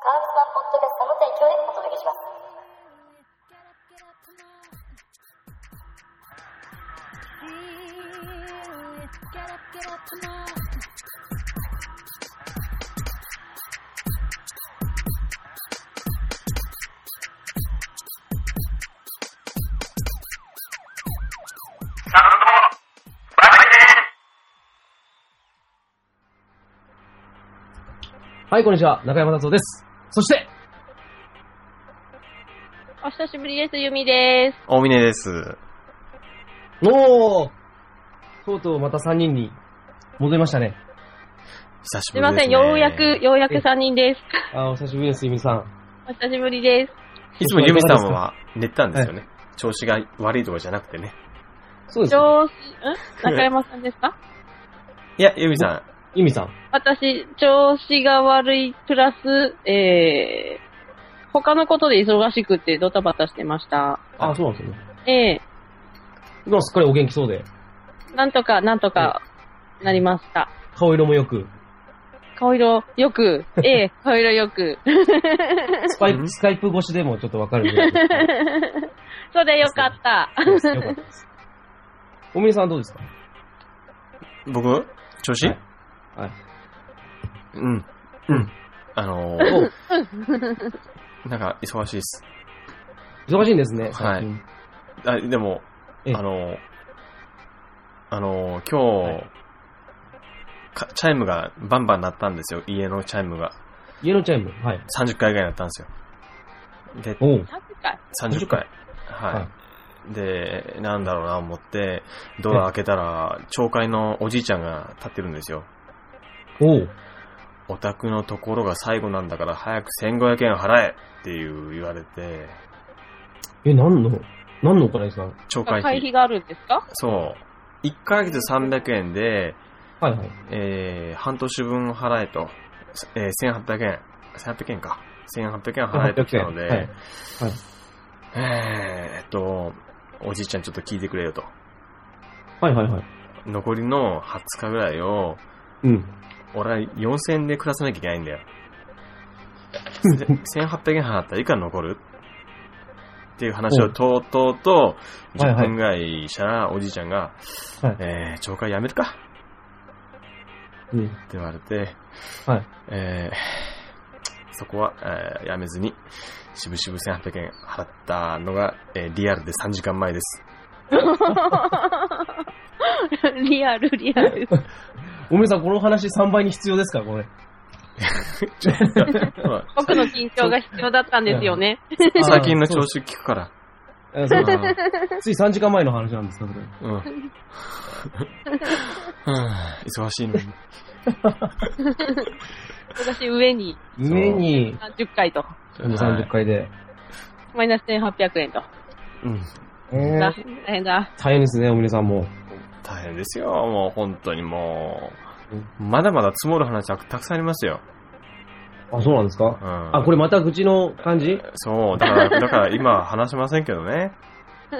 カーブスワンポッドキャストの提供でお届けします。 Get up, get up tomorrow. Bye. はい、こんにちは。中山達夫です。そして、お久しぶりです、ゆみです。大峰です。おーとうとうまた3人に戻りましたね。久しすぶいりでます、ね。せん、ようやく、。ようやくえ3人です。あー、お久しぶりです、ゆみさん。お久しぶりです。いつもゆみさんは寝たんですよね。調子が悪いとかじゃなくてね。そうです、ね。調子、ん中山さんですかいや、ゆみさん、ゆみさん。私、調子が悪いプラス、えー、他のことで忙しくてドタバタしてました。あー、そうなんですね。ええでもすっかりお元気そうで、なんとか、なんとか、なりました。顔色も良く、顔色よく、ええ顔色よく。スカイうプ、んスカイプ越しでもちょっとわかるぐ らいで それよかった。そうですよかったです。おみさんはどうですか僕調子、はいはいうん。うん。あのおー、うなんか忙しいです。忙しいんですね、は最い近。あ、でも、ええあのー、あのー、今日、はいかチャイムがバンバン鳴ったんですよ。家のチャイムが。イエローチャイム。はい。 30回ぐらい鳴ったんですよ。で、おう。確か30 30回回。はい。で、なんだろうな、思って、ドア開けたら、町会のおじいちゃんが立ってるんですよ。おう。お宅のところが最後なんだから、早く1500円払えっていう言われて、え、何の、何のお金ですかは町会会費。費があるんです かそう。1ヶ月300円で、いはい。えー、半年分払えと、えー、1800円。1800円か。1800円払えてきたので、 1800円はいえーっと、おじいちゃんちょっと聞いてくれよと。はいはいはい。残りの20日ぐらいを、うん。俺は4000円で暮らさなきゃいけないんだよ。せ1800円払ったらいくら残るっていう話をとうとうと、はい10はい分ぐらいしたらおじいちゃんが、はいえー、懲戒やめるかうん。って言われて、はいえー、そこは、えーやめずに、しぶしぶ1800円払ったのが、えーリアルで3時間前 です。リアル、リアル。おみさん、この話3倍に必要ですから、 これ。まあ僕の緊張が必要だったんですよね。最近の調子聞くから。あそうです あーつい3時間前の話なんですか、それ。うんうん。 忙しいのに。私上に上に30回と、 30回で。マイナス1800円と。うん。えー大変だ。大変ですね、おみねさんも。大変ですよ、もう本当にもうう。まだまだ積もる話はたくさんありますよ。あ、そうなんですうかん、あ、これまた愚痴の感じそう、だから、だから今は話しませんけどね。う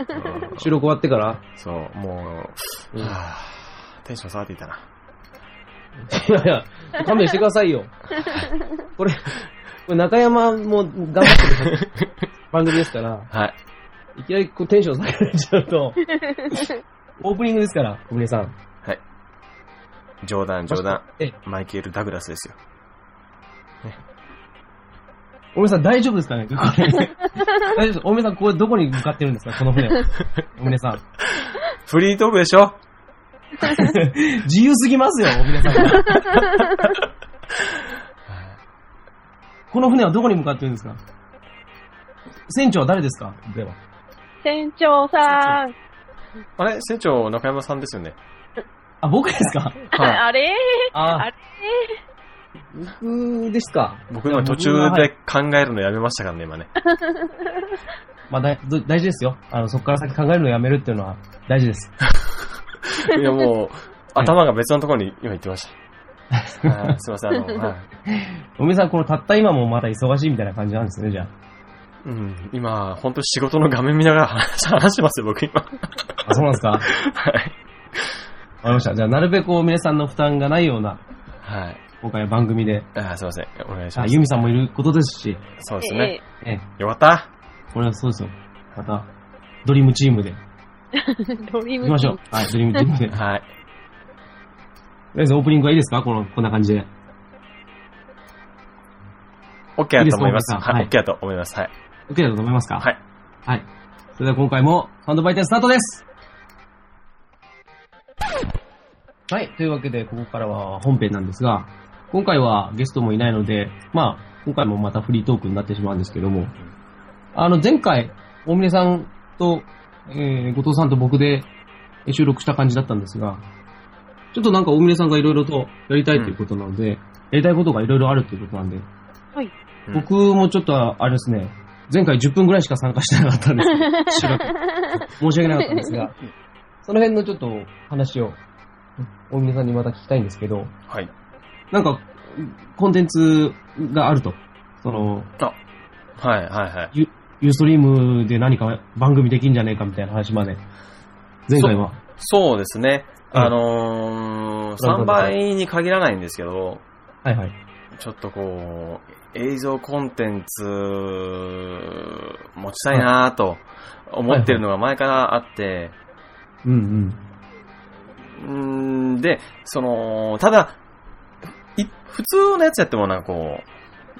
ん収録終わってからそう、もう、うんはぁテンション下がっていたな。いやいや、勘弁してくださいよ。 これ、これ中山も頑張ってる番組ですから、はい。いきなりこうテンション下げられちゃう と、オープニングですから、小峰さん。冗談、冗談。ええ、マイケル・ダグラスですよ。小峰さん大丈夫ですかねこれ 大丈夫です。小峰さん、これどこに向かってるんですかこの 船。小峰さん。フリートークでしょ自由すぎますよ、小峰さん。 この船はどこに向かってるんですか船長は誰ですかでは。船長さん。あれ船長、中山さんですよね。あ、僕ですかはい。 あれああれ僕ですか僕今途中で考えるのやめましたからね、今ね。まあ、だいど大事ですよ。あの、そこから先考えるのやめるっていうのは大事です。いや、もう、頭が別のところに今行ってま した。はいすいません、あの、はい。小峰さん、このたった今もまだ忙しいみたいな感じなんですね、じゃあ。うん、今、本当に仕事の画面見ながら話話してますよ、僕今。あ、そうなんですかはい。わかりました。じゃあ、なるべく小峰さんの負担がないようなはい。今回は番組で。あーすいません。お願いしあ、ます。ユミさんもいることですし、そうですね。ええ、よかった。これはそうですよ。また、ドリームチームで。ええドリー行ムきましょう。はい、ドリームチー ムで。とりはあい。えずオープニングはいいですかこの、こんな感じで。 OK だと思います。いいですかは。はいい OK だと思います。はい。 OK だと思いますかはい。はい。それでは今回もサウンドバイテンスタートですはい。というわけで、ここからは本編なんですが、今回はゲストもいないので、まあ、今回もまたフリートークになってしまうんですけども、あの、前回、大峰さんと、えー、後藤さんと僕でえー収録した感じだったんですが、ちょっとなんか大峰さんがいろいろとやりたいということなので、やりたいことがいろいろあるということなんで、うん僕もちょっと、あれですね、前回10分ぐらいしか参加してなかったん ですけど、収録申し訳なかったんですが、その辺のちょっと話を、大峰さんにまた聞きたいんですけど、はい。なんか、コンテンツがあると。その、はい、はい、はい。ユユーストリームで何か番組できんじゃねえかみたいな話まで。前回は。そうですね。うんあのー、なるほど3倍に限らないんですけど、はいはい。ちょっとこう、映像コンテンツ、持ちたいなぁと思ってるのが前からあって、うんうん。うーん、で、その、ただ、い普通のやつやってもなんかこ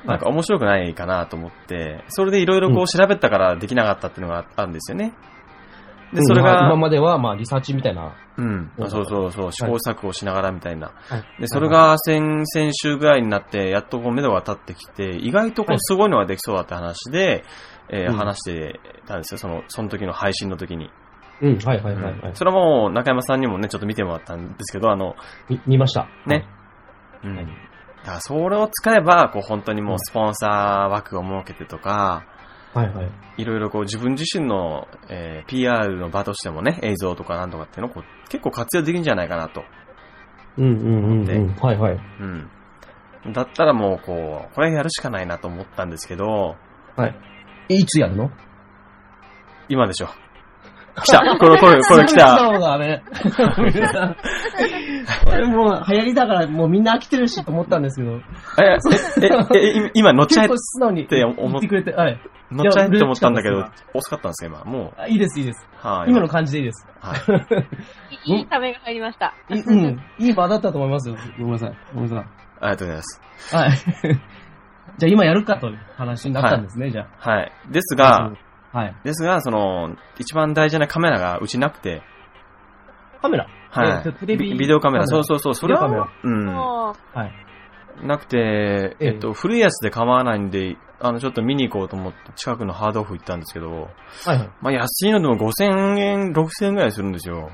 う、なんか面白くないかなと思って、それでいろいろこううん調べたからできなかったっていうのがああるんですよね。うで、んそれまあが、今までは、まあ、リサーチみたいな。うん。あそうそうそう、試行錯誤しながらみたいな。はいで、それ、が先々週ぐらいになって、やっとこう、目処が立ってきて、意外とこはう、いすごいのができそうだって話で、えーうん話してたんですよ。その、その時の配信の時に。うん、はいはいはい、はういんそれはもう、中山さんにもね、ちょっと見てもらったんですけど、あの、み見ました。ね。うん。だから、それを使えば、こう、本当にもう、スポンサー枠を設けてとか、はいはい。いろいろこう、自分自身の、えー PR の場としてもね、映像とかなんとかっていうのをこう、結構活用できるんじゃないかなと。うんうんうん、でうん。はいはい。うん。だったらもう、こう、これやるしかないなと思ったんですけど、いつやるの今でしょ。来 たこれ、これ、これ来たそうだね。 これもう流行りだからもうみんな飽きてるしと思ったんですけど、え、え、え、 え、今乗っちゃえ結構、素直にて言思っってくれて、はい。乗っちゃえって思ったんだけいどや、遅かったんですよ、今。もう、あいいですいいです。 はい。今の感じでいいです。はい。いいいいためが入りました。いうん、いい場だったと思いますよ。ごめんなさい。ごめんなありがとうございます。さい。はい。 じゃあ今やるかという話になったんですね、じゃはい。ですあ。が、はい。ですが、その、一番大事なカメラがうちなくて、カメラ。はえテい。レビビビデオカメカラ、メそうラそうそう、それビデオは、う。うんん、はい。なくて、えええっと、古いやつで構わないんで、あの、ちょっと見に行こうと思って、近くのハードオフ行ったんですけど、はいはい。まあ、安いのでも5000円、6000円ぐらいするんですよ。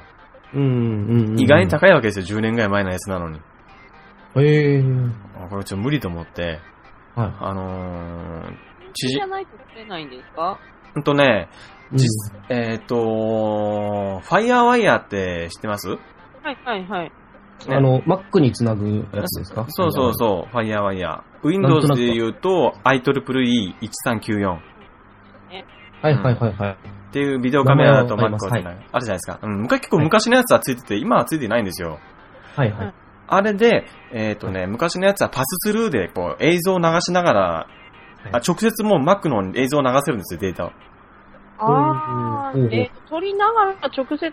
うん、うん。意外に高いわけですよ、10年ぐらい前のやつなのに。い。ええあこれちょっと無理と思って、はい。あのー、知じ人ゃ、ないと撮れないんですかほんとね、うん実えっ、と、ファイヤーワイヤーって知ってますはいはいはい。あの、Mac につなぐやつですかそうそうう。そう、ファイヤーワイヤー。なんと Windows なくで言うと、IEEE1394 っはいはいはいはい。ていうビデオカメラと名前 Mac はをつはないぐ、あるじゃないですか。うん、昔結構昔のやつはついてて、今はついてないんですよ。はいはい。あれで、えっ、とね、昔のやつはパススルーでこう映像を流しながら、あ直接もう Mac の映像を流せるんですよ、データを。ああうんうん、えー、撮りながら直接取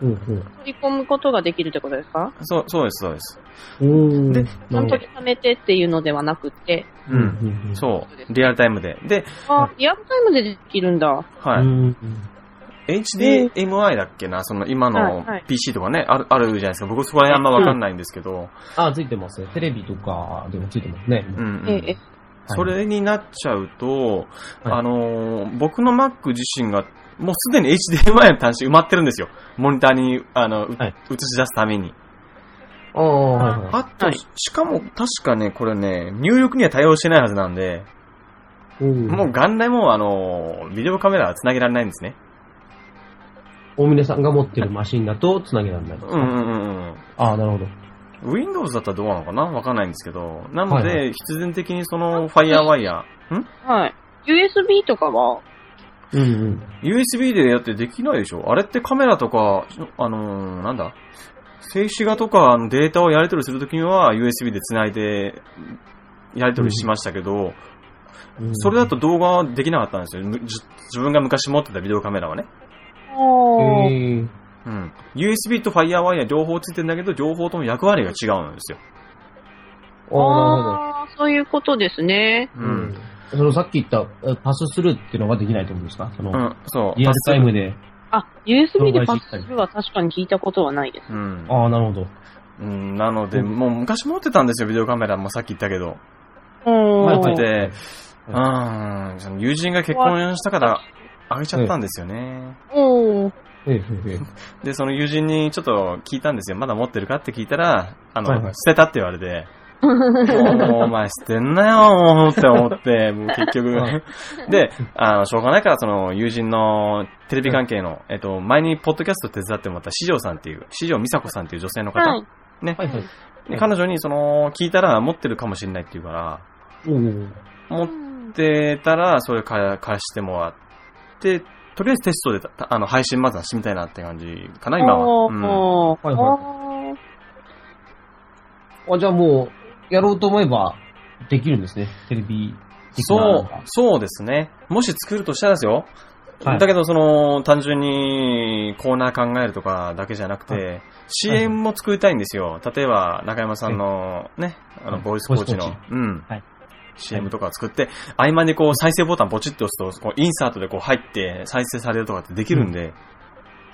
うんうん。り込むことができるってことですかそう、そうです、そうです。おーでちゃなるんほとど貯めてっていうのではなくて、ううんん。うんうん。そう、リアルタイムで。で、あーリアルタイムでできるんだ。はうい。ん HDMI だっけな、その今はいのはい PC とかね、ある、あるじゃないですか。僕そこら辺あんまわかんないんですけど、あ、ついてますね。テレビとかでもついてますね。うんうんええ、それになっちゃうと、はいあのー、僕の Mac 自身が、もうすでに HDMI の端子埋まってるんですよ。モニターに、あの、うはい映し出すために。ああ、はいはい。あと、はいしかも確かね、これね、入力には対応してないはずなんで、もう元来もうあのー、ビデオカメラは繋げられないんですね。大峰さんが持ってるマシンだと繋げられない。うんうんうんうん。ああ、なるほど。 Windows だったらどうなのかなわかんないんですけど、なので、はいは必然的にその FireWire、んはい。USB とかはうんうん。 ?USB でやってできないでしょあれってカメラとか、あのー、なんだ静止画とかあのデータをやり取りするときには USB で繋いでやり取りしましたけど、それだと動画はできなかったんですよ。むじ自分が昔持ってたビデオカメラはね。えおー。ー、うん。USB と FireWire 両方ついてるんだけど、両方とも役割が違うんですよ。ああ、あーそういうことですね。なるほど。うん。そのさっき言ったえパススルーっていうのができないってことですかその、うん、そう。リアルタイムで。あ、USB でパスするは確かに聞いたことはないです。うん。ああ、なるほど。うん、なので、もう昔持ってたんですよ、ビデオカメラもさっき言ったけど。おはー。いは持いってて、うん、その友人が結婚したから、あげちゃったんですよね。おー。ええ、ええ、で、その友人にちょっと聞いたんですよ。まだ持ってるかって聞いたら、あの、はいはい捨てたって言われて、もうお前捨てんなよーって思 って、もう結局はい。で、あの、しょうがないから、その友人のテレビ関係の、えっと、前にポッドキャスト手伝ってもらった四条さんっていう、四条美佐子さんっていう女性の方、はい。ね、はいはい。で彼女にその、聞いたら持ってるかもしれないっていうから、おー持ってたら、それか貸してもらって、とりあえずテストでた、あの、配信まずはしてみたいなって感じかな、今は。おうんー。はいあ、じゃあもう、やろうと思えば、できるんですね。テレビ的なそのうが。、そうですね。もし作るとしたらですよ。はいだけど、その、単純にコーナー考えるとかだけじゃなくて、は CM も作りたいんですよ。例えば、中山さんのね、はあの、いボイスコーチの、ボイスコうん。はい CM とかを作って、合間にこう、再生ボタンポチッと押すと、こう、インサートでこう入って再生されるとかってできるんで、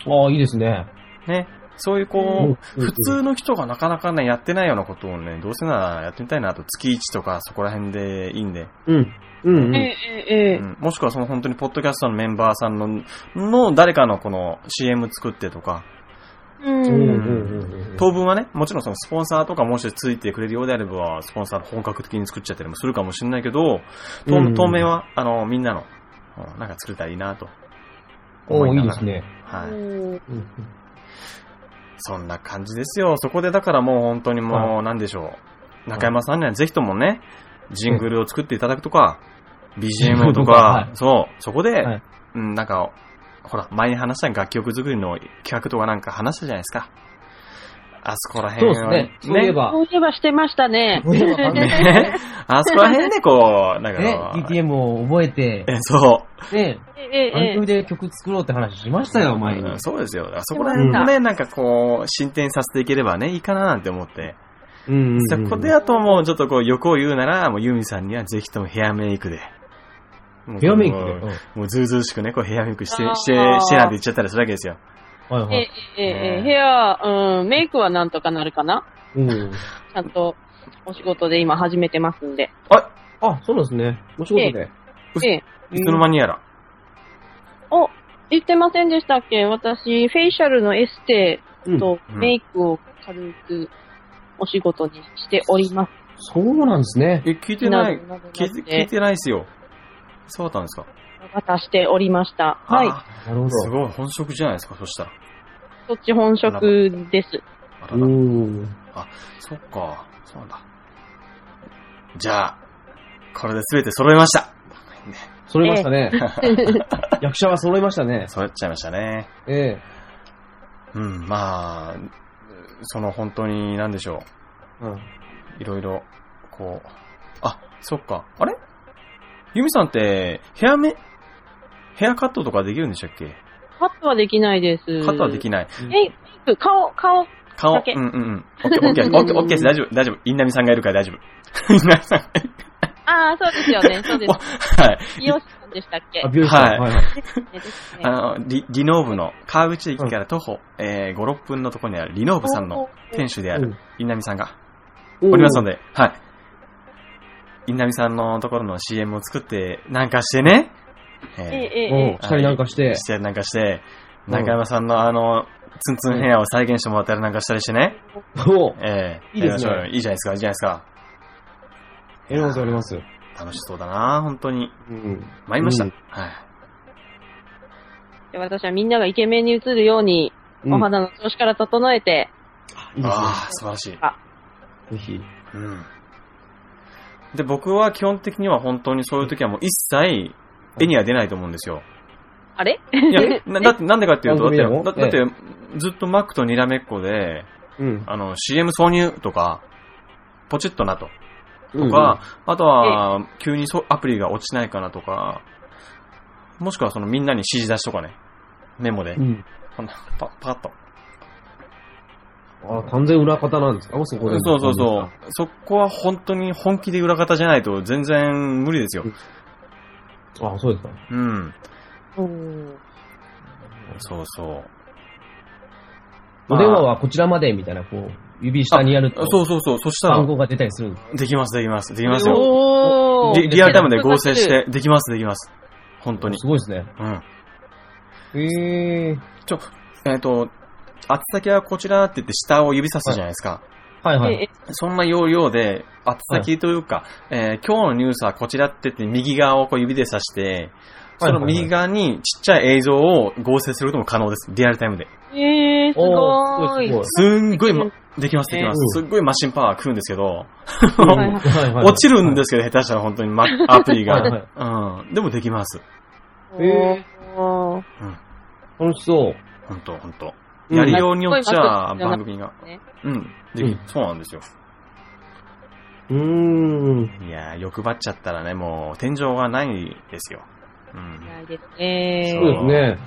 ああ、いいですね。ね。そういううこんう、普通の人がなかなかね、やってないようなことをね、どうせならやってみたいなと、月1とかそこら辺でいいんで、うん。うん、うえん。えええうんもしくはその本当にポッドキャストのメンバーさんの、の誰かのこの CM 作ってとか、うんうん、うんうん。うんうん。当分はね、もちろんそのスポンサーとかもしついてくれるようであれば、スポンサー本格的に作っちゃったりもするかもしれないけど、当うん当面は、あの、みんなの、うんなんか作れたらいいなと。おーいないがでらす。ね。はい。うんうんそんな感じですよ。そこでだからもう本当にもう、なんでしょう。中山さんにはぜひともね、ジングルを作っていただくとか、BGM とはかい、そう、そこで、はいうん、なんか、ほら、前に話した楽曲作りの企画とかなんか話したじゃないですか。あそこらそうで辺すね。そういえばそ、ういえばしてましたね。そういえばあの ねねあそこら辺でこう、なんかね、こう、 DTM を覚えて、えそね、ええ番ええ組で曲作ろうって話しましたよ、う、前にう。んそうですよ。あそこら辺もね、なんかこう、進展させていければね、いいかななんて思って。うんうんそこで、あともうちょっとこう欲を言うなら、もうユミさんにはぜひともヘアメイクで。ヘアメイクで。もううんもうずうずうしくね、こうヘアメイクしてあ、ーして、してなんて言っちゃったりするわけですよ。はいえはえい。えええねえヘア、うん、メイクはなんとかなるかなうんちゃんと、お仕事で今始めてますんで。あ、そうなんですね。お仕事で。うっええいつの間にやら。お、言ってませんでしたっけ私、フェイシャルのエステとうんメイクを軽くお仕事にしております。そうなんですね。え、聞いてない、などなど聞いて聞いで、てないですよ。そうだったんですか渡しておりました。はい。あなるほーすごい、本職じゃないですか、そしたら。そっち本職です。あど。らうら、ん。そっか、そうなんだ。じゃあ、これで全て揃えました。ね揃いましたね。 役者は揃いましたね。揃っちゃいましたね。えうん、まあ、その本当に何でしょえ。う。うんいろいろ、こう。あ、そっか。あれユミさんって、ヘアメ、ヘアカットとかできるんでしたっけカットはできないです。カットはできない。メイク、顔、顔、顔、だけうんうんうん。オッケーオッケーオッケーオッケーです。大丈夫、大丈夫。インナミさんがいるから大丈夫。イ ンナミさん。ああ、そうですよ ね。そうですわ。はい。美容師さんでしたっけあ、美容師さん。はいはいはでい。すねですねあの、リ、リノーブの、川口駅から徒歩、えー、5、6分のところにあるリノーブさんの店主である、インナミさんがおおりますので、はい。インナミさんのところの CM を作って、なんかしてね。えええーええええおしたりなんかして。してなんかして、うん中山さんのあの、ツンツンヘアを再現してもらったりなんかしたりしてね。おええいいですねやりましょうよいいじゃないですか、いいじゃないですか。あります、あります。楽しそうだな本当に。うん。参りました。うんはい。で私はみんながイケメンに映るように、うんお肌の調子から整えて、いいでああ、素晴らしい。すね。ぜひ。うん。で、僕は基本的には本当にそういう時はもう一切絵には出ないと思うんですよ。あれいや、なだってなんでかっていうと、だ番組でっもて、だだってずっとマックとにらめっこで、うん。あの、CM 挿入とか、ポチッとなと。ととか、、あとは、急にそアプリが落ちないかなとか、もしくはそのみんなに指示出しとかね、メモでう、ん。こんなパッパッと。あ、完全裏方なんですかそこで。そうそうそう。そこは本当に本気で裏方じゃないと全然無理ですよ。う。あ、そうですか。うん。うん。そうそう。お電話はこちらまでみたいな、こう、指下にやると、そうそうそう。そした暗ら、号が出たりするんです。できます、できます、できますよ。おリー。リアルタイムで合成して、できます、できます。本当に。すごいですね。うん。へえ。ちょ、えっ、と、厚先はこちらって言って下を指さすじゃないですか。はいはえい。えそんな要領で、厚先というか、えー今日のニュースはこちらって言って右側をこう指で指して、その右側にちっちゃい映像を合成することも可能です。リアルタイムで。えー、すごーい。おーすすんごい、ま、できます、できます。えーすっごいマシンパワー食うんですけ ど、はいはいはいはい 落ちるんですけど、下手したら本当にまアプリはいはが。うん。でもできます。えおー楽しそう。本当本当うんやりようによっちゃ、すごいマ番スク組が。ねうん。でうんそうなんですよ。うーん。いやー、欲張っちゃったらね、もう、天井がないですよ。うん。ないですねそうですね。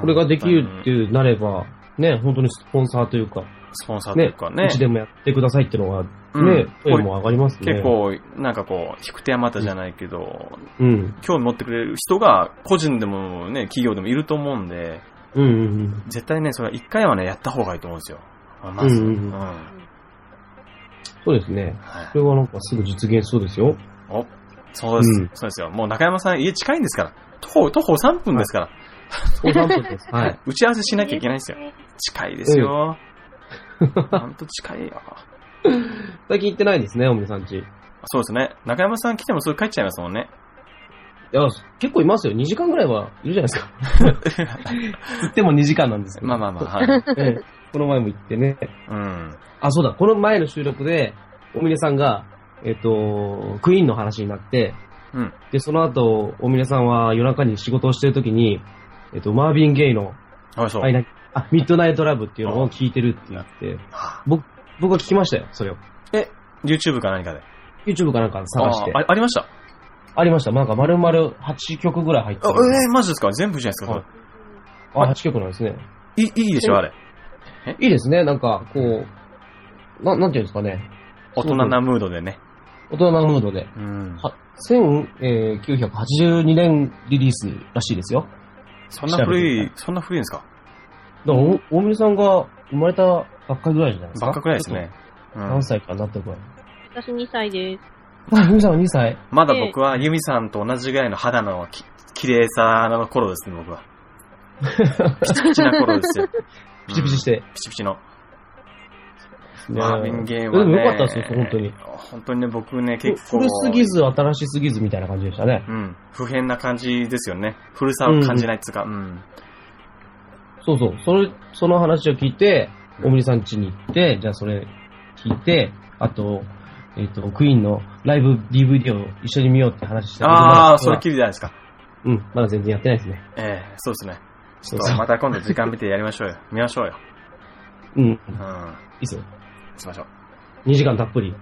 これができるってう。いうなれば、ね、本当にスポンサーというか、スポンサーというかね。うちでもやってくださいっていうのが、ね、うん声も上がりますね。結。構、なんかこう、引く手余ったじゃないけど、うん。興味持ってくれる人が、個人でもね、企業でもいると思うんで、うんうんうん。絶対ね、それは一回はね、やった方がいいと思うんですよ。まず。うんうんうんはい。そうですね。これはなんかすぐ実現しそうですよ。お、そうです、うんそうですよ。もう中山さん、家近いんですから。徒歩、徒歩3分ですから。お散歩です。はい。打ち合わせしなきゃいけないんですよ。 近いですよ。ほんと近いよ。最近行ってないですね、おみさんち。いそうですね。中山さん来てもすぐ帰っちゃいますもんね。 や、結構いますよ。2時間ぐらいはいるじゃないですか。 行っても2時間なんですけど。まあまあまあ、はい。ええこの前も行ってね。うん。あ、そうだ、この前の収録で、おみねさんが、えっ、と、クイーンの話になって、うんで、その後、おみねさんは夜中に仕事をしてるときに、えっ、と、マービン・ゲイの、はい、そうあ。いなあ、ミッドナイト・ラブっていうのを聞いてるってなって、僕、僕は聞きましたよ、それを。 YouTube か何かで。 YouTube かなんか探して。あああありました。りました。なんか丸々8曲ぐらい入ってある。えー、マジですか全部じゃないですか、はいこあ、8曲なんですね。れいいいいでしょ、あれ。いいですね、なんか、こう、ななんていうんですかね。大人なムードでね。大人なムードで。うん。は1982年リリースらしいですよ。そんな古い、そんな古いんですかだから、お大森さんが生まれたばっかりぐらいじゃないですか。ばっかくらいですね。うちょっと。ん何、歳かなってくらい。私2歳です。あ、ふみさんは2歳。まだ僕はユミさんと同じぐらいの肌のき綺麗さの頃ですね、僕は。ピチピチな頃で すよ。ピチピチして。ピチピチの。ねマービン・ゲイはでもね。よかったですよ、本当に。。本当にね、僕ね、結構。古すぎず、新しすぎずみたいな感じでしたね。うん。不変な感じですよね。古さを感じないっつうか、うん。そうそう。それ、その話を聞いて、うん大森さん家に行って、じゃあそれ聞いて、あと、えっ、と、クイーンのライブ DVD を一緒に見ようって話したけどあまあ、だそれっきりじゃないですか。うん、まだ全然やってないですね。ええそうですね。ちそうょっとそう。また今度時間見てやり ましょうよ。見ましょうよ。うん、いいうん。っすよ。し ましょう。 2時間たっぷり。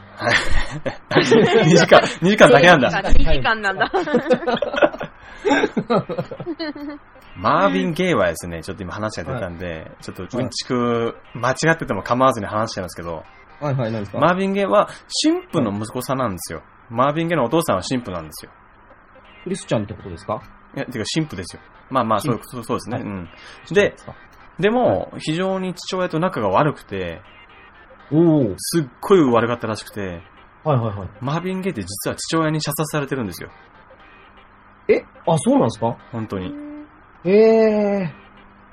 2時間、2時間だけなんだ。 2時間なんだ。マービン・ゲイはですね、ちょっと今話が出たんで、ちょっとうんちく間違ってても構わずに話しちゃいますけど、はいはい、何ですマービン・ゲイは神父の息子さんなんですよ。マービン・ゲイのお父さんは神父なんですよ。クリスチャンってことですかいや、てか神父ですよ。まあまあ、そうそうそうですね。はいうん。で、、でも、非常に父親と仲が悪くて、おおはいすっごい悪かったらしくて、はいはい。マービン・ゲイって実は父親に射殺されてるんですよ。えあ、そうなんですか本当に。へえ。だか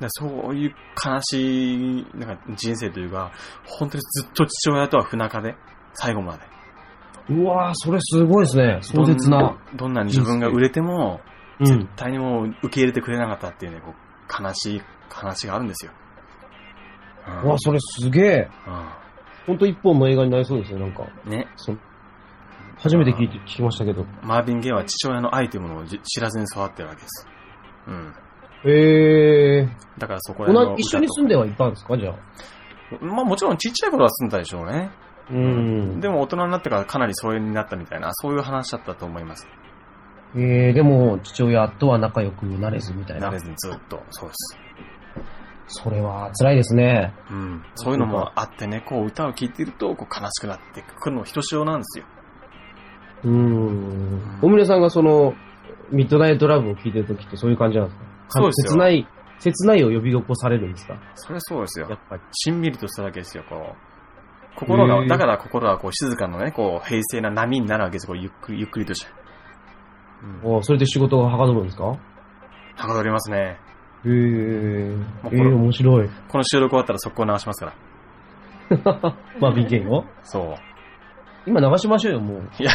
らそういう悲しい、なんか人生というか、本当にずっと父親とは不仲で、最後まで。うわーそれすごいですね。壮絶な。どん。どんなに自分が売れても、うん。絶対にもう受け入れてくれなかったっていうね、こう悲しい話があるんですよ。ううんわそれすげえ。ほんと一本の映画になりそうですね、なんか。うんね、その初めて聞いて、聞きましたけど。マービン・ゲイは父親の愛というものをじ知らずに育ってるわけです。うん。へえ。だからそこら同辺のじ一緒に住んではいたんですかじゃあ。まあもちろんちっちゃい頃は住んでたでしょうね。うん。でも大人になってからかなり疎遠になったみたいな、そういう話だったと思います。えー、でも、父親とは仲良くなれずみたい慣なれ。ずにずっと。そうです。それは辛いですね。うん。そういうのもあってね、こう歌を聴いてると、こう悲しくなってくるのひとしおなんですよ。うん。小峰さんがその、ミッドナイトラブを聴いてる時ってそういう感じなんですかそうですよ切ない、切ないを呼び起こされるんですかそれはそうですよ。やっぱり。しんみりとしただけですよ、こう。心へが、ーだから心はこう静かなね、こう平静な波になるわけですよ、こうゆっくり、ゆっくりとした。うん。おそれで仕事がはかどるんですかはかどりますね。へえー、こえれー、面白い。この収録終わったら速攻流しますから。まあ、ビゲンをそう。今流しましょうよ、もう。いや。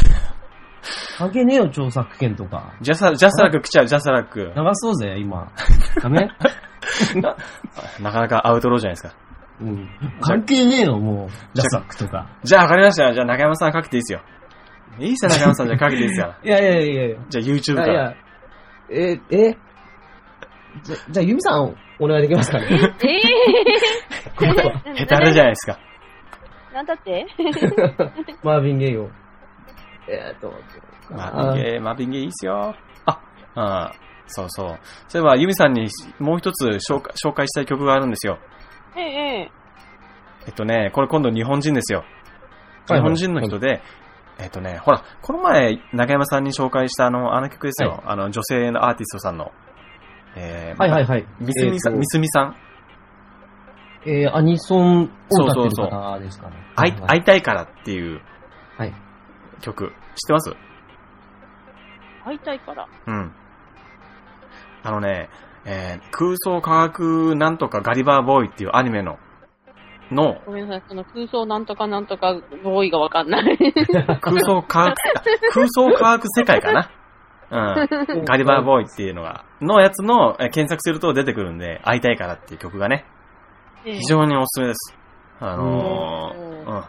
関係ねえよ、著作権とか。ジャサ、ジャスラック来ちゃう、ジャスラック流。そうぜ、今。ダメなかなかアウトローじゃないですか。うん。関係ねえよ、もう。じジャゃサックとか。じゃあ、わかりましたよ。じゃあ、中山さんかけていいですよ。いいっすよ、中山さん。じゃあ、かけていいですから。いやいやいやいや。じゃあ、YouTube かいら。や、え、え、じゃ、じゃあ、ゆみさん、お願いできますか ね。えこれ ヘタレじゃないですか。ー、なんだってマーヴィン・ゲイを。えーっと、マービンゲー、マービンゲーいいっすよ。あ、あそうそう。そういえば、ユミさんにもう一つ紹介紹介したい曲があるんですよ。えええっとね、これ今度日本人ですよ。は日いはい本人の人で、えっとね、ほら、この前、中山さんに紹介したあの、あの曲ですよ。はいあの、女性のアーティストさんの。えー、はいはいはい。みすみさん、みすみさん。えーっとえーアニソンを歌ってる方ですかね。会いはい会いたいからっていうはい。曲、知ってます会いたいから。うん。あのね、えー空想科学なんとかガリバーボーイっていうアニメの、のごめんなさい、その空想なんとかなんとかボーイがわかん ない。空想科 学、あ空想科学世界かな。うん。 ガリバーボーイっていうのが、のやつのえー検索すると出てくるんで、会いたいからっていう曲がね、ええ非常におすすめです。あのー、うん。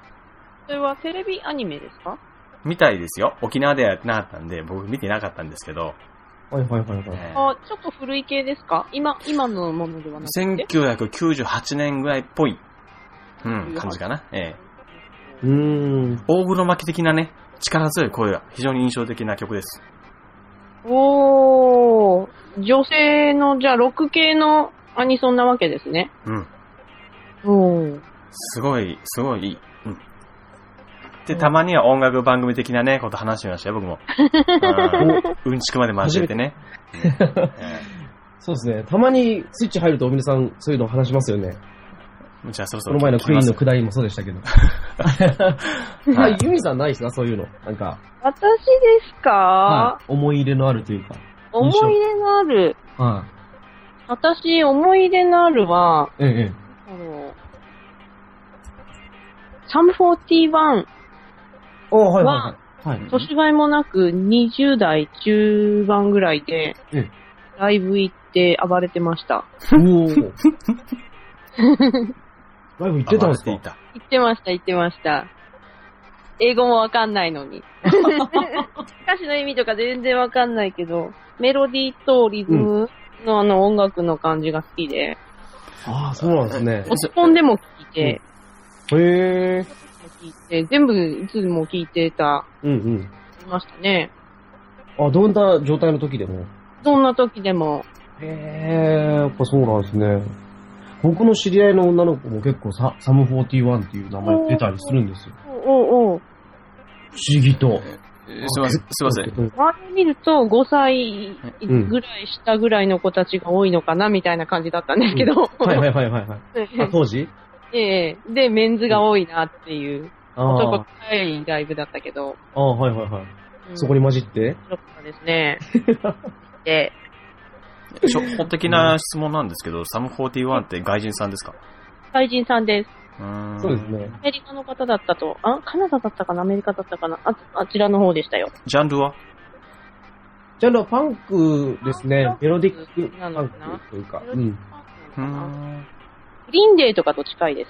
それはテレビアニメですかみたいですよ。沖縄ではなかったんで、僕見てなかったんですけど、はいはいはいはい。えーあ、ちょっと古い系ですか今、今のものではなくて。 1998年ぐらいっぽい、うん、感じかな。ええうーん。大黒巻き的なね、力強い声が非常に印象的な曲です。おー、女性の、じゃあ、ロック系のアニソンなわけですね。うん。おー。すごい、すごいいい。うん。で、たまには音楽番組的なね、こと話してましたよ、僕も。うんうんちくまで交えてね。そうですね。たまにスイッチ入ると、おみねさん、そういうの話しますよね。うんじゃあそろそころの前の聞きクイーまンすの下りもそうで したけど。ははいい、ユミさんないですかそういうの。なんか、私ですはか、い、思い入れのあるというか。思い入れのある。は私、思い入れのあるは、い。ええ。あの、サム41、あはいいははいはい。はい。年がいもなく20代中盤ぐらいでうん、ライブ行って暴れてました。お ー。ライブ行ってたんですか暴れていた。行ってました、行ってました。英語もわかんないのに。歌詞の意味とか全然わかんないけど、メロディーとリズムのあの音楽の感じが好きで、ああ、そうなんですね。落ち込んでも聴いて、へえ。聞いて、全部いつも聞いてた、うんいましたね。うん。あ、どんな状態の時でも。どんな時でも。へえ、やっぱそうなんですね。僕の知り合いの女の子も結構ササム41っていう名前出たりするんですよ。おおうおう不思議と。えーすいません、すいません。ん。周り見ると5歳うんぐらい下ぐらいの子たちが多いのかな、みたいな感じだったんですけど。はいはいはいはいはい。 あ、当時 ええで、メンズが多いなっていう、男ばあっかいライブだったけど。あ、ああはいはいはい。うんそこに混じっ面て白かったです ね。で、初歩的な質問なんですけど、サム41って外人さんですか外人さんです。うーんそうですね。アメリカの方だったと。あ、カナダだったかなアメリカだったかなあ、あちらの方でしたよ。ジャンルはジャンルはパンクですね。メロディックなパンのクかなというか。メロうディッんク。パークうー。なのかなんグリーンデーとかと近いです。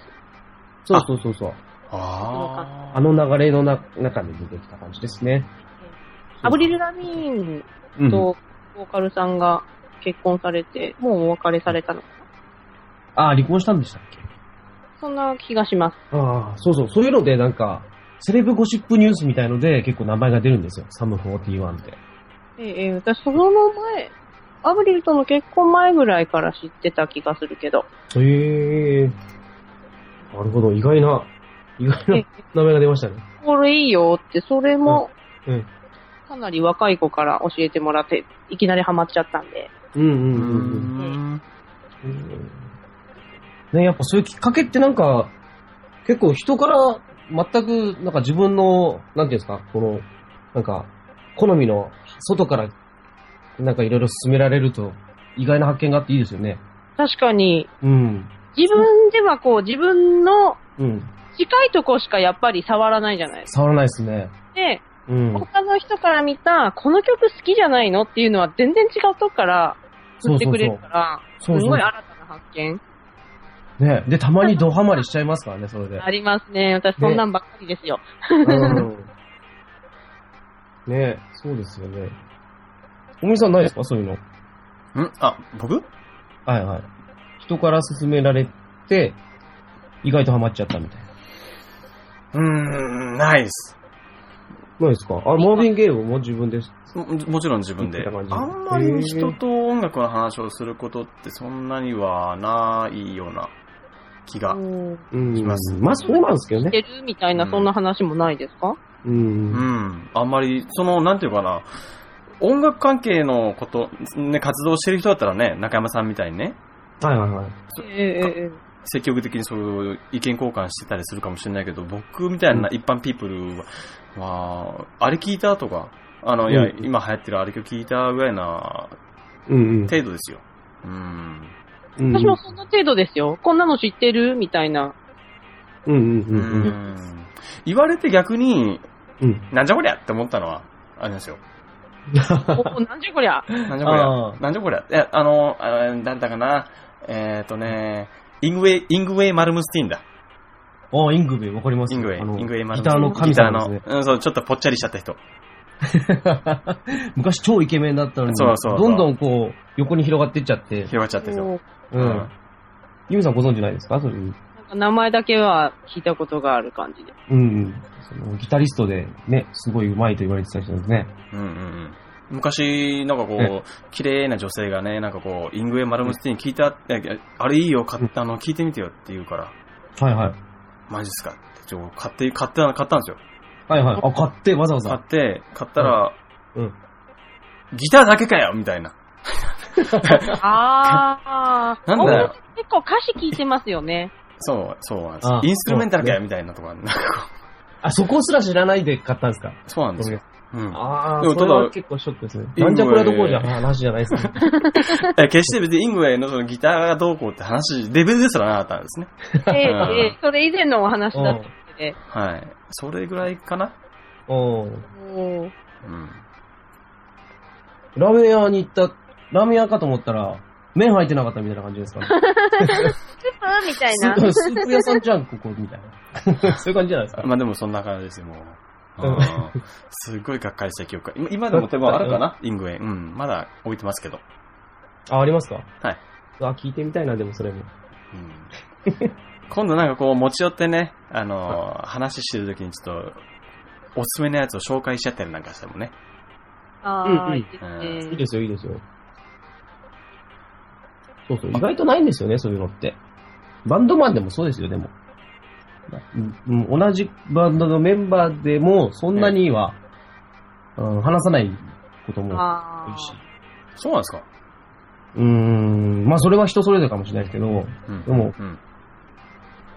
そうそうそうそう。ああの流れのな中で出てきた感じですね。アブリル・ラミーンうんとボーカルさんが結婚されて、もうお別れされたの。ああ、離婚したんでしたっけそんな気がします。ああ、そうそう、そういうのでなんか、セレブゴシップニュースみたいので結構名前が出るんですよ。サム41って。ええええ私その前、アブリルとの結婚前ぐらいから知ってた気がするけど。へえー。なるほど、意外な、意外なえ名前が出ましたね。これいいよって、それも、うんうんかなり若い子から教えてもらって、いきなりハマっちゃったんで。うんうんううんうん。ん。ね、やっぱそういうきっかけってなんか、結構人から全く、なんか自分の、なんていうんですか、この、なんか、好みの外から、なんかいろいろ進められると、意外な発見があっていいですよね。確かに、うん。自分ではこう、自分のうん。近いとこしかやっぱり触らないじゃないです触らないですね。か。で、うん。他の人から見た、この曲好きじゃないのっていうのは全然違うとこから振ってくれるから、そうそうすごそうそうそうい新たな発見ね。で、たまにドハマりしちゃいますからね、それで。ありますね。私そんなんばっかりですよ。うん。ねそうですよね。おみさんないですかそういうの。うんあ、僕はいはい。人から勧められて、意外とハマっちゃったみたいな。うーん、ないです。ないですかあ、マーヴィン・ゲイブも自分です。ももちろん自分で。言ってたあ感じんまり人と音楽の話をすることってそんなにはないような気が。うんうんいますまあ、そうなんですけどしね。てるみたいうな、んそんな話もないですか、う。うんん。あんまり、その、なんていうかな、音楽関係のこと、ね、活動してる人だったらね、中山さんみたいにね、はいはいはい。ええええ積極的にそういう意見交換してたりするかもしれないけど、僕みたいな一般ピープルは、まあ、あれ聞いたとか、あの、いや、うん今流行ってるあれ聞いたぐらいなうんうん。程度ですよ。うん。うん私もそんな程度ですよ。こんなの知ってるみたいな。うんうんうううんん。ん。言われて逆に、うん。なんじゃこりゃって思ったのは、あれですよ。おお、なんじゃこり ゃ。なんじゃこりあゃ。ーなんじゃこりゃ。いや、あの、あーなんだかな。えっ、ー、とね、イングウェイ、イングウェイ・マルムスティーンだ。あ、イングベイ、わかりますイングウェイ、あのイングウェイ・マルギムステタィーン。の神ギ様ターのですね。うん、そう、ちょっとぽっちゃりしちゃった人。 昔超イケメンだったのに、そうそうそうどんどんこう、横に広がってっちゃって、広がっちゃった人。もう。うんユミさんご存知ないですかそういうう。なんか名前だけは聞いたことがある感じで。うん。そのギタリストでね、すごい上手いと言われてた人ですね。うんうんうん。昔、なんかこう、綺麗な女性がね、なんかこう、イングウェイ・マルムスティーン聞いた、えあれいいよ、買ったの、聞いてみてよって言うから、はいはい。マジっすかって、ちょ、買って、買った、買ったんですよ。はいはい。あ、買って、わざわ買っざ。て、買ったら、うん。ギターだけかよみたいな。あ ー。なんだよ音楽結構歌詞聞いてますよね。そう、そうなんですあ。インストゥルメンタルかよみたいなとか、なんかこあ、そこすら知らないで買ったんですかうそうなんですよ。うん。ああ、でもそれたはだ結構ショックですね。イなンドんじゃこりゃどころじゃへー話じゃない ですね。え決して別にイングウェイのそのギターがどうこうって話、レベルですらなかったんですね。ええうんええそれ以前のお話だったので。はい。それぐらいかなう ん。おーうん。ラーメン屋に行った、ラーメン屋かと思ったら、麺入ってなかったみたいな感じですかね。スープみたいスな。ープスープ屋さんじゃん、ここ、みたいな。 そういう感じじゃないですか。まあでもそんな感じですよ、もう。うんあーすっごいがっかりした記憶が。今今でもでもあるかなイングウェイ。うん。まだ置いてますけど。あ、ありますかはい。あ、聞いてみたいな、でもそれも。うん今度なんかこう持ち寄ってね、あのー、話してるときにちょっと、おすすめのやつを紹介しちゃったりなんかしてもね。あー、いいでうんすいいねですよ、いいですよ。そうそう、意外とないんですよね、そういうのって。バンドマンでもそうですよ、でも。うんうん同じバンドのメンバーでも、そんなには、うん話さないこともあ多いしー。そうなんですかうーん、まあそれは人それぞれかもしれないですけど、うん。でもうん。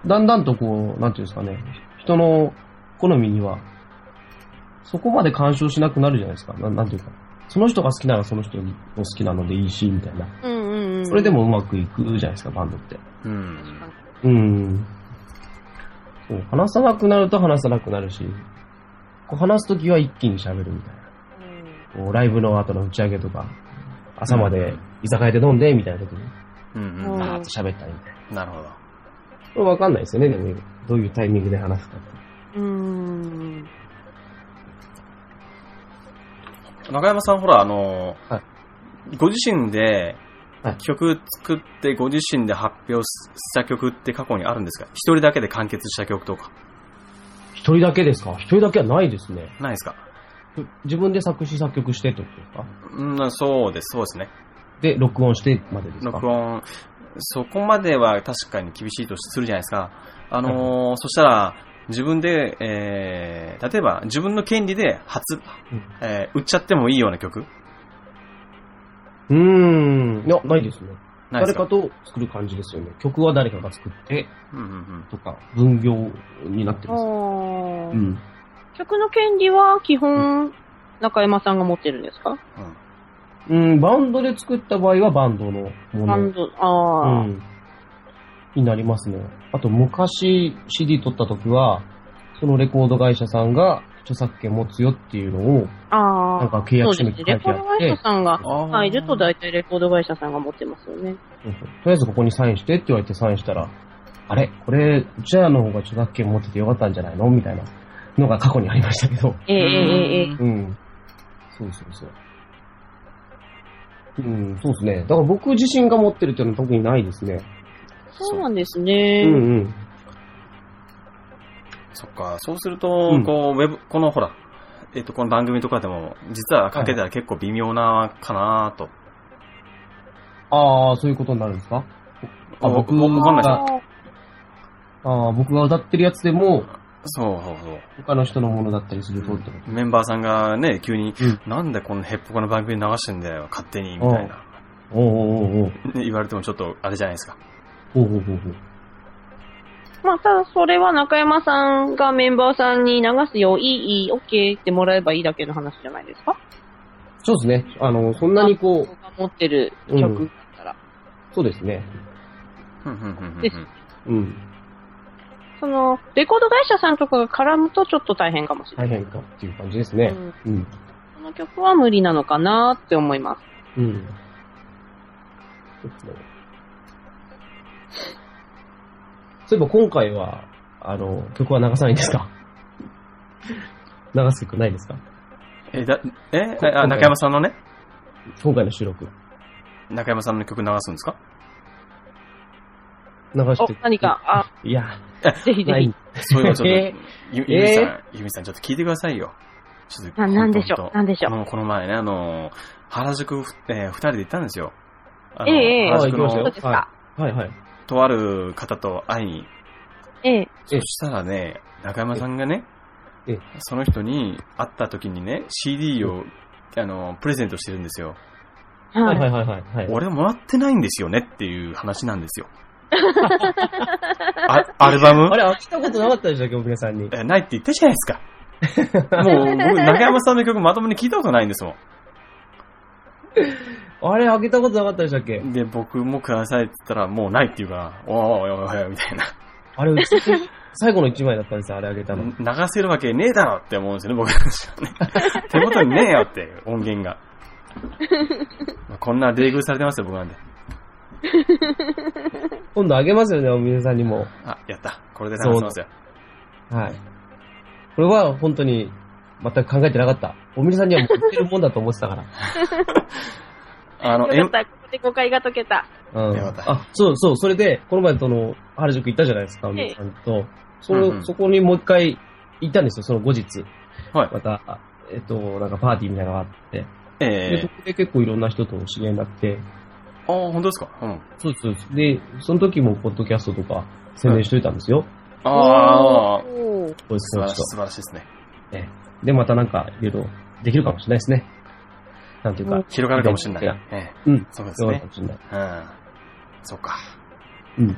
だんだんとこう、なんていうんですかね、人の好みには、そこまで干渉しなくなるじゃないですか。ななんていうか。その人が好きならその人の好きなのでいいし、みたいな。うんうんうん。それでもうまくいくじゃないですか、バンドって。うん。うん。そう、話さなくなると話さなくなるし、こう話すときは一気に喋るみたいうな。ん。こうライブの後の打ち上げとか、朝まで居酒屋で飲んで、みたいな時に、うんうんううんん。バーッと喋ったりみたいな。なるほど。これわかんないですよね、でも、どういうタイミングで話すかって。うーん。中山さん、ほら、あのーはご自身ではい曲作ってご自身で発表した曲って過去にあるんですか一人だけで完結した曲とか。一人だけですか一人だけはないですね。ないですかふ自分で作詞作曲してってことですかうん、そうです、そうですね。で、録音してまでですか録音、そこまでは確かに厳しいとするじゃないですか。あのーそしたら、自分で、えー、例えば自分の権利で初、うんえー売っちゃってもいいような曲うーん。いや、ないですね。ない誰ですかかと作る感じですよね。曲は誰かが作って、うんうんうん。とか、分業になってます。あうーん。曲の権利は基本、中山さんが持ってるんですかうん、バンドで作った場合はバンドのもバのン。ド、ああ、うん。になりますね。あと、昔 CD 撮った時は、そのレコード会社さんが著作権持つよっていうのを、ああ。なんか契約書そうにですね書いてあレっコード会て社、さんが、あーはい、いると大体レコード会社さんが持ってますよね。そうそうとりあえずここにサインしてって言われてサインしたら、あれこれ、うちらの方が著作権持っててよかったんじゃないのみたいなのが過去にありましたけど。ええええええうん。そうそうそう。うん、そうですね。だから僕自身が持ってるっていうのは特にないですね。そうなんですうね。んうん。そっか、そうすると、うんこう、ウェブ、このほら、えっ、と、この番組とかでも、実はかけたら結構微妙なかなと。ああ、そういうことになるんですかあお僕おわかんないですあーああ、僕が歌ってるやつでも、そうそうそう。他の人のものだったりするとってこと。メンバーさんがね、急に、うなんでこんなヘッポコな番組流してんだよ、勝手に、みたいな、おうおうおうね言われてもちょっとあれじゃないですか。おう。ほうほうほうほう。まあ、ただそれは中山さんがメンバーさんに流すよ、いい、いい、オッケーってもらえばいいだけの話じゃないですか。そうですね。あの、そんなにこう、僕が持ってる曲だったら。そうですね。ふんふんふんふんですうん。その、レコード会社さんとかが絡むとちょっと大変かもしれな大い。変かっていう感じですねう。んうん。この曲は無理なのかなって思います。うん。そうですねそういえば今回は、あの、曲は流さないんですか流す曲ないですかえ、だ、えこあ、中山さんのね、今回の収録。中山さんの曲流すんですか流しおて。、何か、 あ、いや、ぜひぜないひ。そういうのちょっと、 えゆ、ゆみえさん、ゆみさんちょっと聞いてくださいよ。ちょっと、な、なんでしょほんうと、なんでしょう。もうこの前ね、あの、原宿ふ、えー二人で行ったんですよ。あのええ原宿あ行きましそたうのよですか。はいはい。とある方と会いに、ええ。えそしたらね、中山さんがねええ、その人に会った時にね、CD を、あの、プレゼントしてるんですよ。はいははいい。はいはい。はい俺もらってないんですよねっていう話なん ですよ。あアルバムあれ、飽きたことなかったでしたっけ、お皆さんに。えないって言ったじゃないですか。もう、僕、中山さんの曲まともに聞いたことないんですもあれ、開けたことなかったでしたっけん。で、僕もくださいって言ったら、もうないって言うから、おいおいおいおい、みたいな。あれ、 うち最後の一枚だったんですよ、あれあげたの。流せるわけねえだろって思うんですよね、僕たちはね。 手元にねえよっていう、音源が。 まあこんな冷遇されてますよ、僕なんで。今度あげますよね、お皆さんにも。あ、やった。これで流せますよ。はい。これは本当に全く考えてなかった。お皆さんにはもう売ってるもんだと思ってたから。 あの、よ M かった、ここで誤解が解けた。うん。よかったあ、そうそう、それで、この前その、原宿行ったじゃないですか、お皆さんと。そうんうんそこにもう一回行ったんですよ、その後日。はいまた、あえっと、なんかパーティーみたいなのがあって。で、えそこで結構いろんな人とお知り合いになって。ー、あ、本当ですかうん。そうですそうです。で、その時もポッドキャストとか宣伝しといたんですよ。ああ、おーこいつ素晴のらしい、人素晴らしいですね。で、またなんか、いろいろできるかもしれないですね。なんていうか、広がるかもしれないいや。ええうん。そうですそうねか。もしれない。うん。そうか。うん。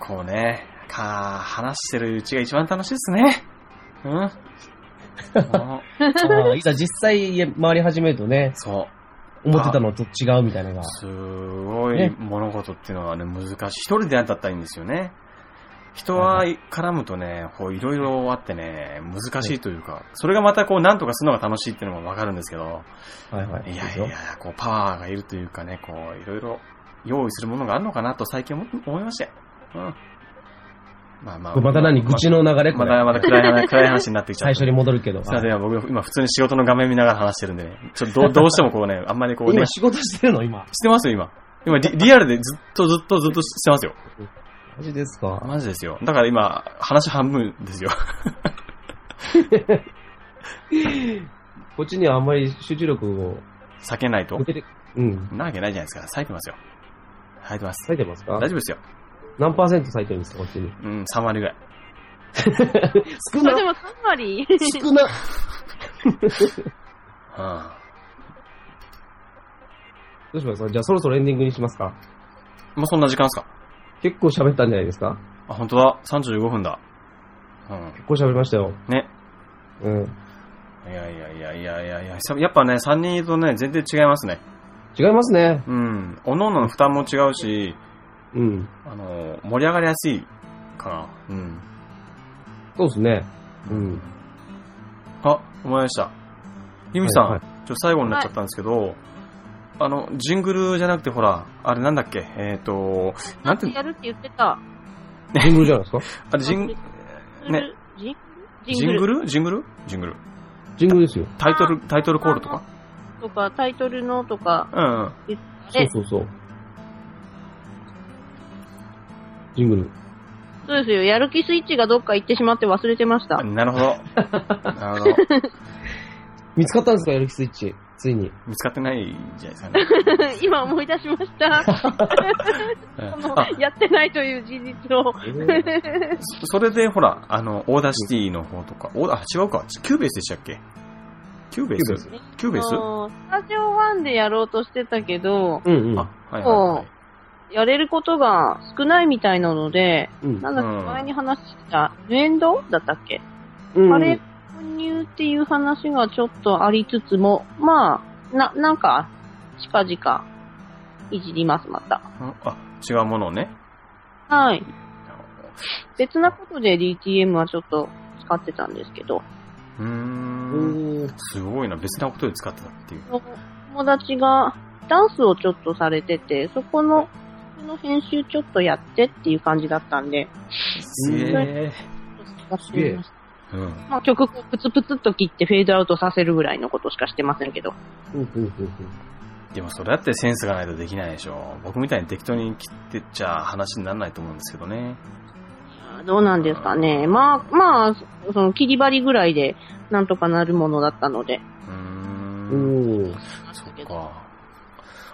こうね、か、話してるうちが一番楽しいですね。うん あもう。あいざ実際回り始めるとね、そう。思ってたのと違うみたいなのが。すごいね物事っていうのはね、難しい。一人でやったらいいんですよね。人は絡むとね、こういろいろあってね、難しいというか、それがまたこうなんとかするのが楽しいっていうのもわかるんですけど、はいはい。そういでやすいよや、こうパワーがいるというかね、こういろいろ用意するものがあるのかなと最近思思いましたよ。うん。まあままた何愚痴の流れこまれた、また暗い話、暗い話になってきちゃっ最た。初に戻るけど。すいません、今僕、今普通に仕事の画面見ながら話してるんでね。ちょっとどう、どうしてもこうね、あんまりこうね今、仕事してるの今。してますよ、今。今リ、リアルでずっとずっとずっとしてますよ。マジですかマジですよ。だから今、話半分ですよ。こっちにはあんまり集中力を避けないと向。けて、うん。なわけないじゃないですか。咲いてますよ。咲いてます。咲いてますか大丈夫ですよ。何パーセント咲いてるんですかこっちに。うん、3割ぐらい。少それでもな3割少なうん。どうしますかじゃあそろそろエンディングにしますかもうそんな時間ですか結構喋ったんじゃないですかあ、本当だ。35分だ。うん。結構喋りましたよ。ね。うん。いやいやいやいやいやいや、久々やっぱね、3人いるとね、全然違いますね。違いますね。うん。おのおのの負担も違うし、うん。あの、盛り上がりやすいかな。うん。そうですね。うん。あ、思い出した。ゆみさん、はいちょっと最後になっちゃったんですけど、あの、ジングルじゃなくて、ほら、あれなんだっけ、えっ、と、なんて、やるって言ってた。ジングルじゃないですかあれジン、ね、ジンジングルジングルジングル。ジングルですよ。タイトル、タイトルコールとかとか、タイトルのとか、うんうん。そうえそうそう。ジングル。そうですよ。やる気スイッチがどっか行ってしまって忘れてました。なるほど。なるほど。見つかったんですかやる気スイッチ。ついに。見つかってないじゃないですか ね。 今思い出しま した。うんこのあ、やってないという事実を。それで、ほら、あの、オーダーシティの方とか、オーダー、あ違うか、キューベースでしたっけキューベースキューベースあのスタジオ1でやろうとしてたけど、うんうん。あ、はいはい、はい。やれることが少ないみたいなので、うんなんだっうけ、ん前に話した、ヌエンドだったっけ、うんあれ、購入っていう話がちょっとありつつも、まあ、な、なんか、近々、いじります、また。うんあ、違うものをね。はい。別なことで DTM はちょっと使ってたんですけど、うーん。おーすごいな、別なことで使ってたっていう。友達がダンスをちょっとされてて、そこの、その編集ちょっとやってっていう感じだったんで、すげえ。使ってみましたうん。まあ、曲をプツプツっと切ってフェードアウトさせるぐらいのことしかしてませんけど。うんうんうんうんでもそれだってセンスがないとできないでしょ。僕みたいに適当に切ってっちゃ話にならないと思うんですけどね。どうなんですかね。まあ、まあ、そその切り張りぐらいでなんとかなるものだったので。うーん。おーそっか。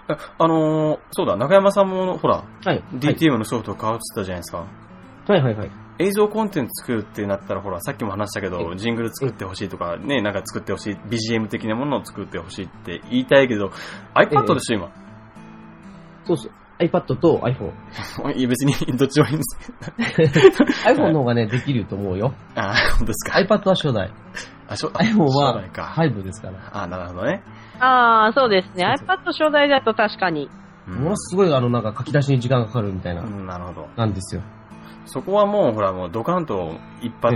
えあのー、そうだ、中山さんも、ほら、はい。 DTM のソフトを買うって言ったじゃないですか。はいはいはい。映像コンテンツ作るってなったら、ほら、さっきも話したけど、ジングル作ってほしいとか、ね、なんか作ってほしい、BGM 的なものを作ってほしいって言いたいけど、iPad でしょ、今。そうっす。iPad と iPhone。いや 別に、どっちでもいいんですけど。 iPhone の方がね、できると思うよ。あー、本当ですか。 iPad は初代。あ、しょ、あ iPhone しょうがはないか。 5ですから。あ、なるほどね。ああ、そうですね。そう iPad 初代だと確かに。うんものすごいあの、なんか書き出しに時間がかかるみたいな、うんなるほど。なんですよ。そこはもう、ほら、もう、ドカンと、一発、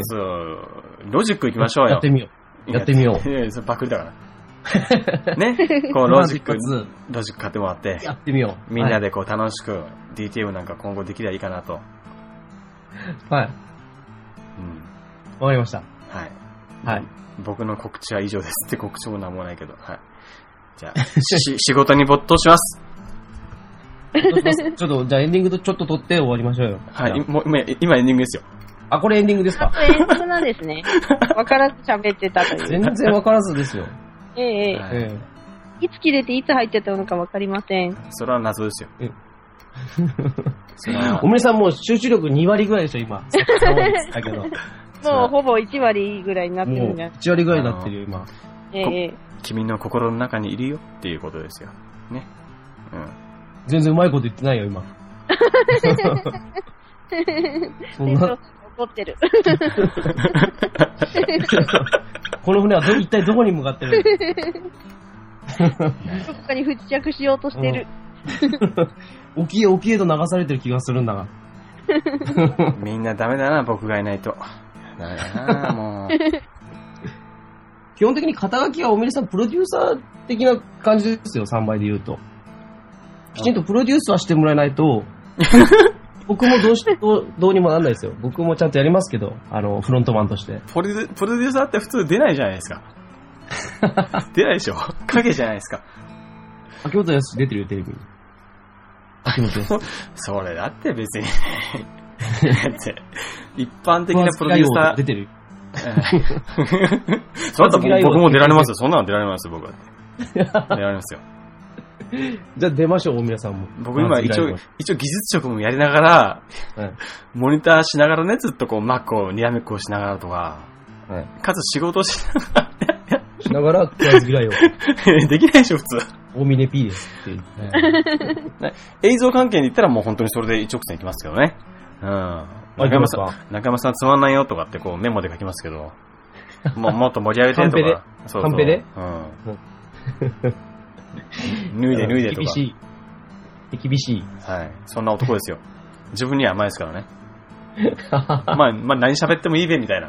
ロジック行きましょうよ。やってみよやってみよういやいや、それパクリ だから。ね、こう、ロジックま、ずロジック買ってもらって一発、やってみよう。みんなで。でこう、楽しく、DTM なんか今後できればいいかなと。はい。うん。わかりました。はい。はい。僕の告知は以上ですって告知もなんもないけど。はい。じゃ あ、し仕事に没頭します。ちょっと、じゃあエンディングとちょっと撮って終わりましょうよ。はい。じゃもう今、今エンディングですよ。あ。あ、これエンディングですあかと遠足なんです ね。わからず喋ってたという。全然わからずですよ。ええええはいええ。いつ切れていつ入ってたのかわかりません。それは謎ですようん。それはお、めえさんもう集中力2割ぐらいでしょ、今。だけど。ももうほぼ1割ぐらいになってるうんじゃない1割ぐらいになってるよ、今。ええええ君の心の中にいるよっていうことですよ。ね。うん。全然うまいこと言ってないよ、今。そん店長さんな、怒ってる。 この船はど一体どこに向かってるどこかに不時着しようとしてる。沖へ沖へと流されてる気がするんだが。みんなダメだな、僕がいないと。ダメだな、もう。基本的に肩書きはおめえさんプロデューサー的な感じですよ、3倍で言うと。きちんとプロデュースはしてもらえないと、僕もどうし、どう、どうにもなんないですよ。僕もちゃんとやりますけど、あの、フロントマンとして。プロデュプロデューサーって普通出ないじゃないですか。出ないでしょ影じゃないですか。秋元康出てるよ、テレビに。秋元康。それだって別にだって。一般的なプロデューサー出。てる。ええ それだったら僕も出られますよ。そんなの出られますよ、僕は。出られますよ。じゃあ出ましょう、大宮さんも。僕今一応は、一応技術職もやりながら、い。モニターしながらね、ずっとこう、マックを、にらめっこをしながらとか、はい。かつ仕事をしながしながら、クラズ嫌いを。ら、できないでしょ、普通。大峰 P ですっていう。はい映像関係で言ったらもう本当にそれで一直線いきますけどね。うん。中行きま山さすん、中山さんつまんないよとかってこうメモで書きますけど、もうもっと盛り上げてとか。そうそカうンペで うん。脱いで脱いでと厳かし。い。厳しい。はい。そんな男 ですよ。自分には甘いですからね。まあ、まあ何喋ってもいいべみたいな。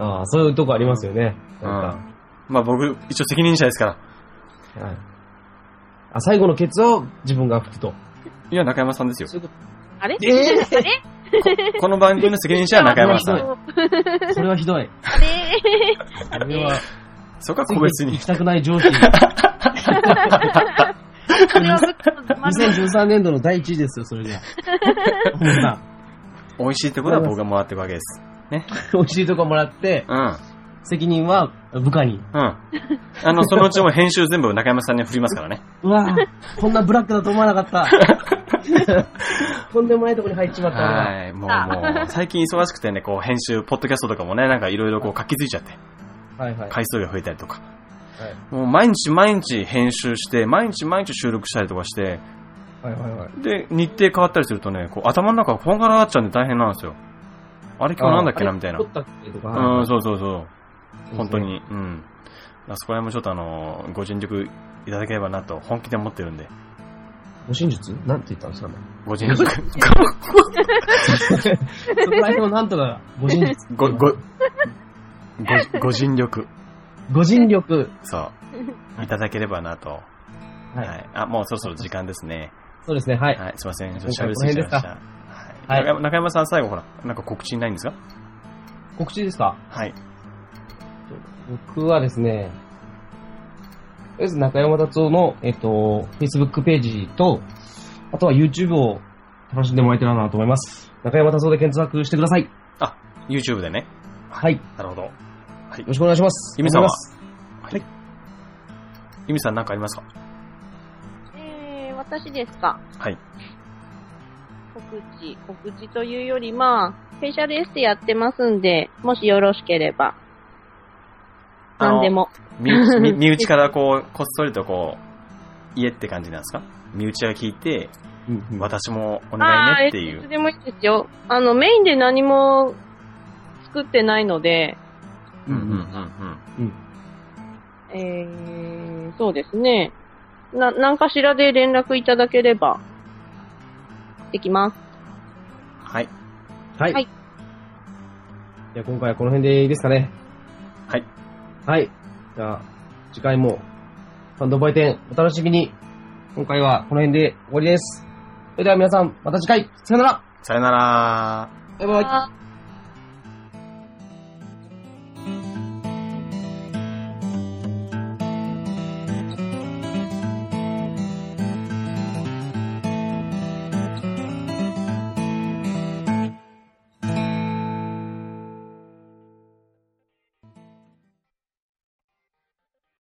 ああ、そういうとこありますよね。うんなん。まあ僕、一応責任者ですから。か、はい。あ、最後のケツを自分が拭くと。いや、中山さんですよ。あれええこの番組の責任者は中山 さん。それはひどい。あれそれは、そこは個別に 行き。たくない上司。それは僕の自慢です2013年度の第一位ですよ、それ じゃ。ほんな美味しいってことは僕がもらっていくわけです。美味しいとこもらって、うん。責任は部下に。うん。あの、そのうちも編集全部中山さんに振りますからね。うわぁ、こんなブラックだと思わなかった。とんでもないとこに入っちまったな。 はい。もう、もう、最近忙しくてね、こう、編集、ポッドキャストとかもね、なんかいろいろこう、書きついちゃって、はいはい。回数が増えたりとか。はいもう、毎日毎日編集して、毎日毎日収録したりとかして、はいはいはい。で、日程変わったりするとね、こう、頭の中がこんがらがっちゃうんで大変なんですよ。あれ今日なんだっけな、みたいな。取ったっけとか。うん、そうそうそう。本当に、うん。あそこら辺もちょっとあの、ご尽力いただければなと、本気で思ってるんで。護身術なんて言ったん ですかね。ご尽力。そこら辺をなんとか、護身術。ご、ご、ご、ご尽力。護身力。そう。いただければなと。は。はいい。あ、もうそろそろ時間ですね。そうですね、はい。はい。すいません。ちょっと喋りすぎちゃいました。かはい中山中山さん、最後ほら、なんか告知ないんですか告知ですかはい。僕はですね、とりあえず中山達夫の、えっと、Facebook ページと、あとは YouTube を楽しんでもらえたらなと思います。中山達夫で検索してください。 YouTube でね。はい。よなるほど。はいろ。しくお願いします。ゆみさんはお願いしはい。ゆみさん、なんかありますかえー、私ですかはい。告知、告知というより、まあ、フェイシャルエステやってますんで、もしよろしければ、あの何でも。身 内身身内からこう、こっそりとこう、家って感じなんですか身内が聞いて、ますうんうん私もおあ願いねっていあー、いつう。でもいいですよ。あの、メインで何も作ってないので、うんうんうんうん。えー、そうですね。な、何かしらで連絡いただければ、できます。はい。はい。はいじゃあ今回はこの辺でいいですかね。はい。はい。じゃあ、次回も、ファンドボイ展、お楽しみに。今回はこの辺で終わりです。それでは皆さん、また次回、さよならさよなら。バイバイあ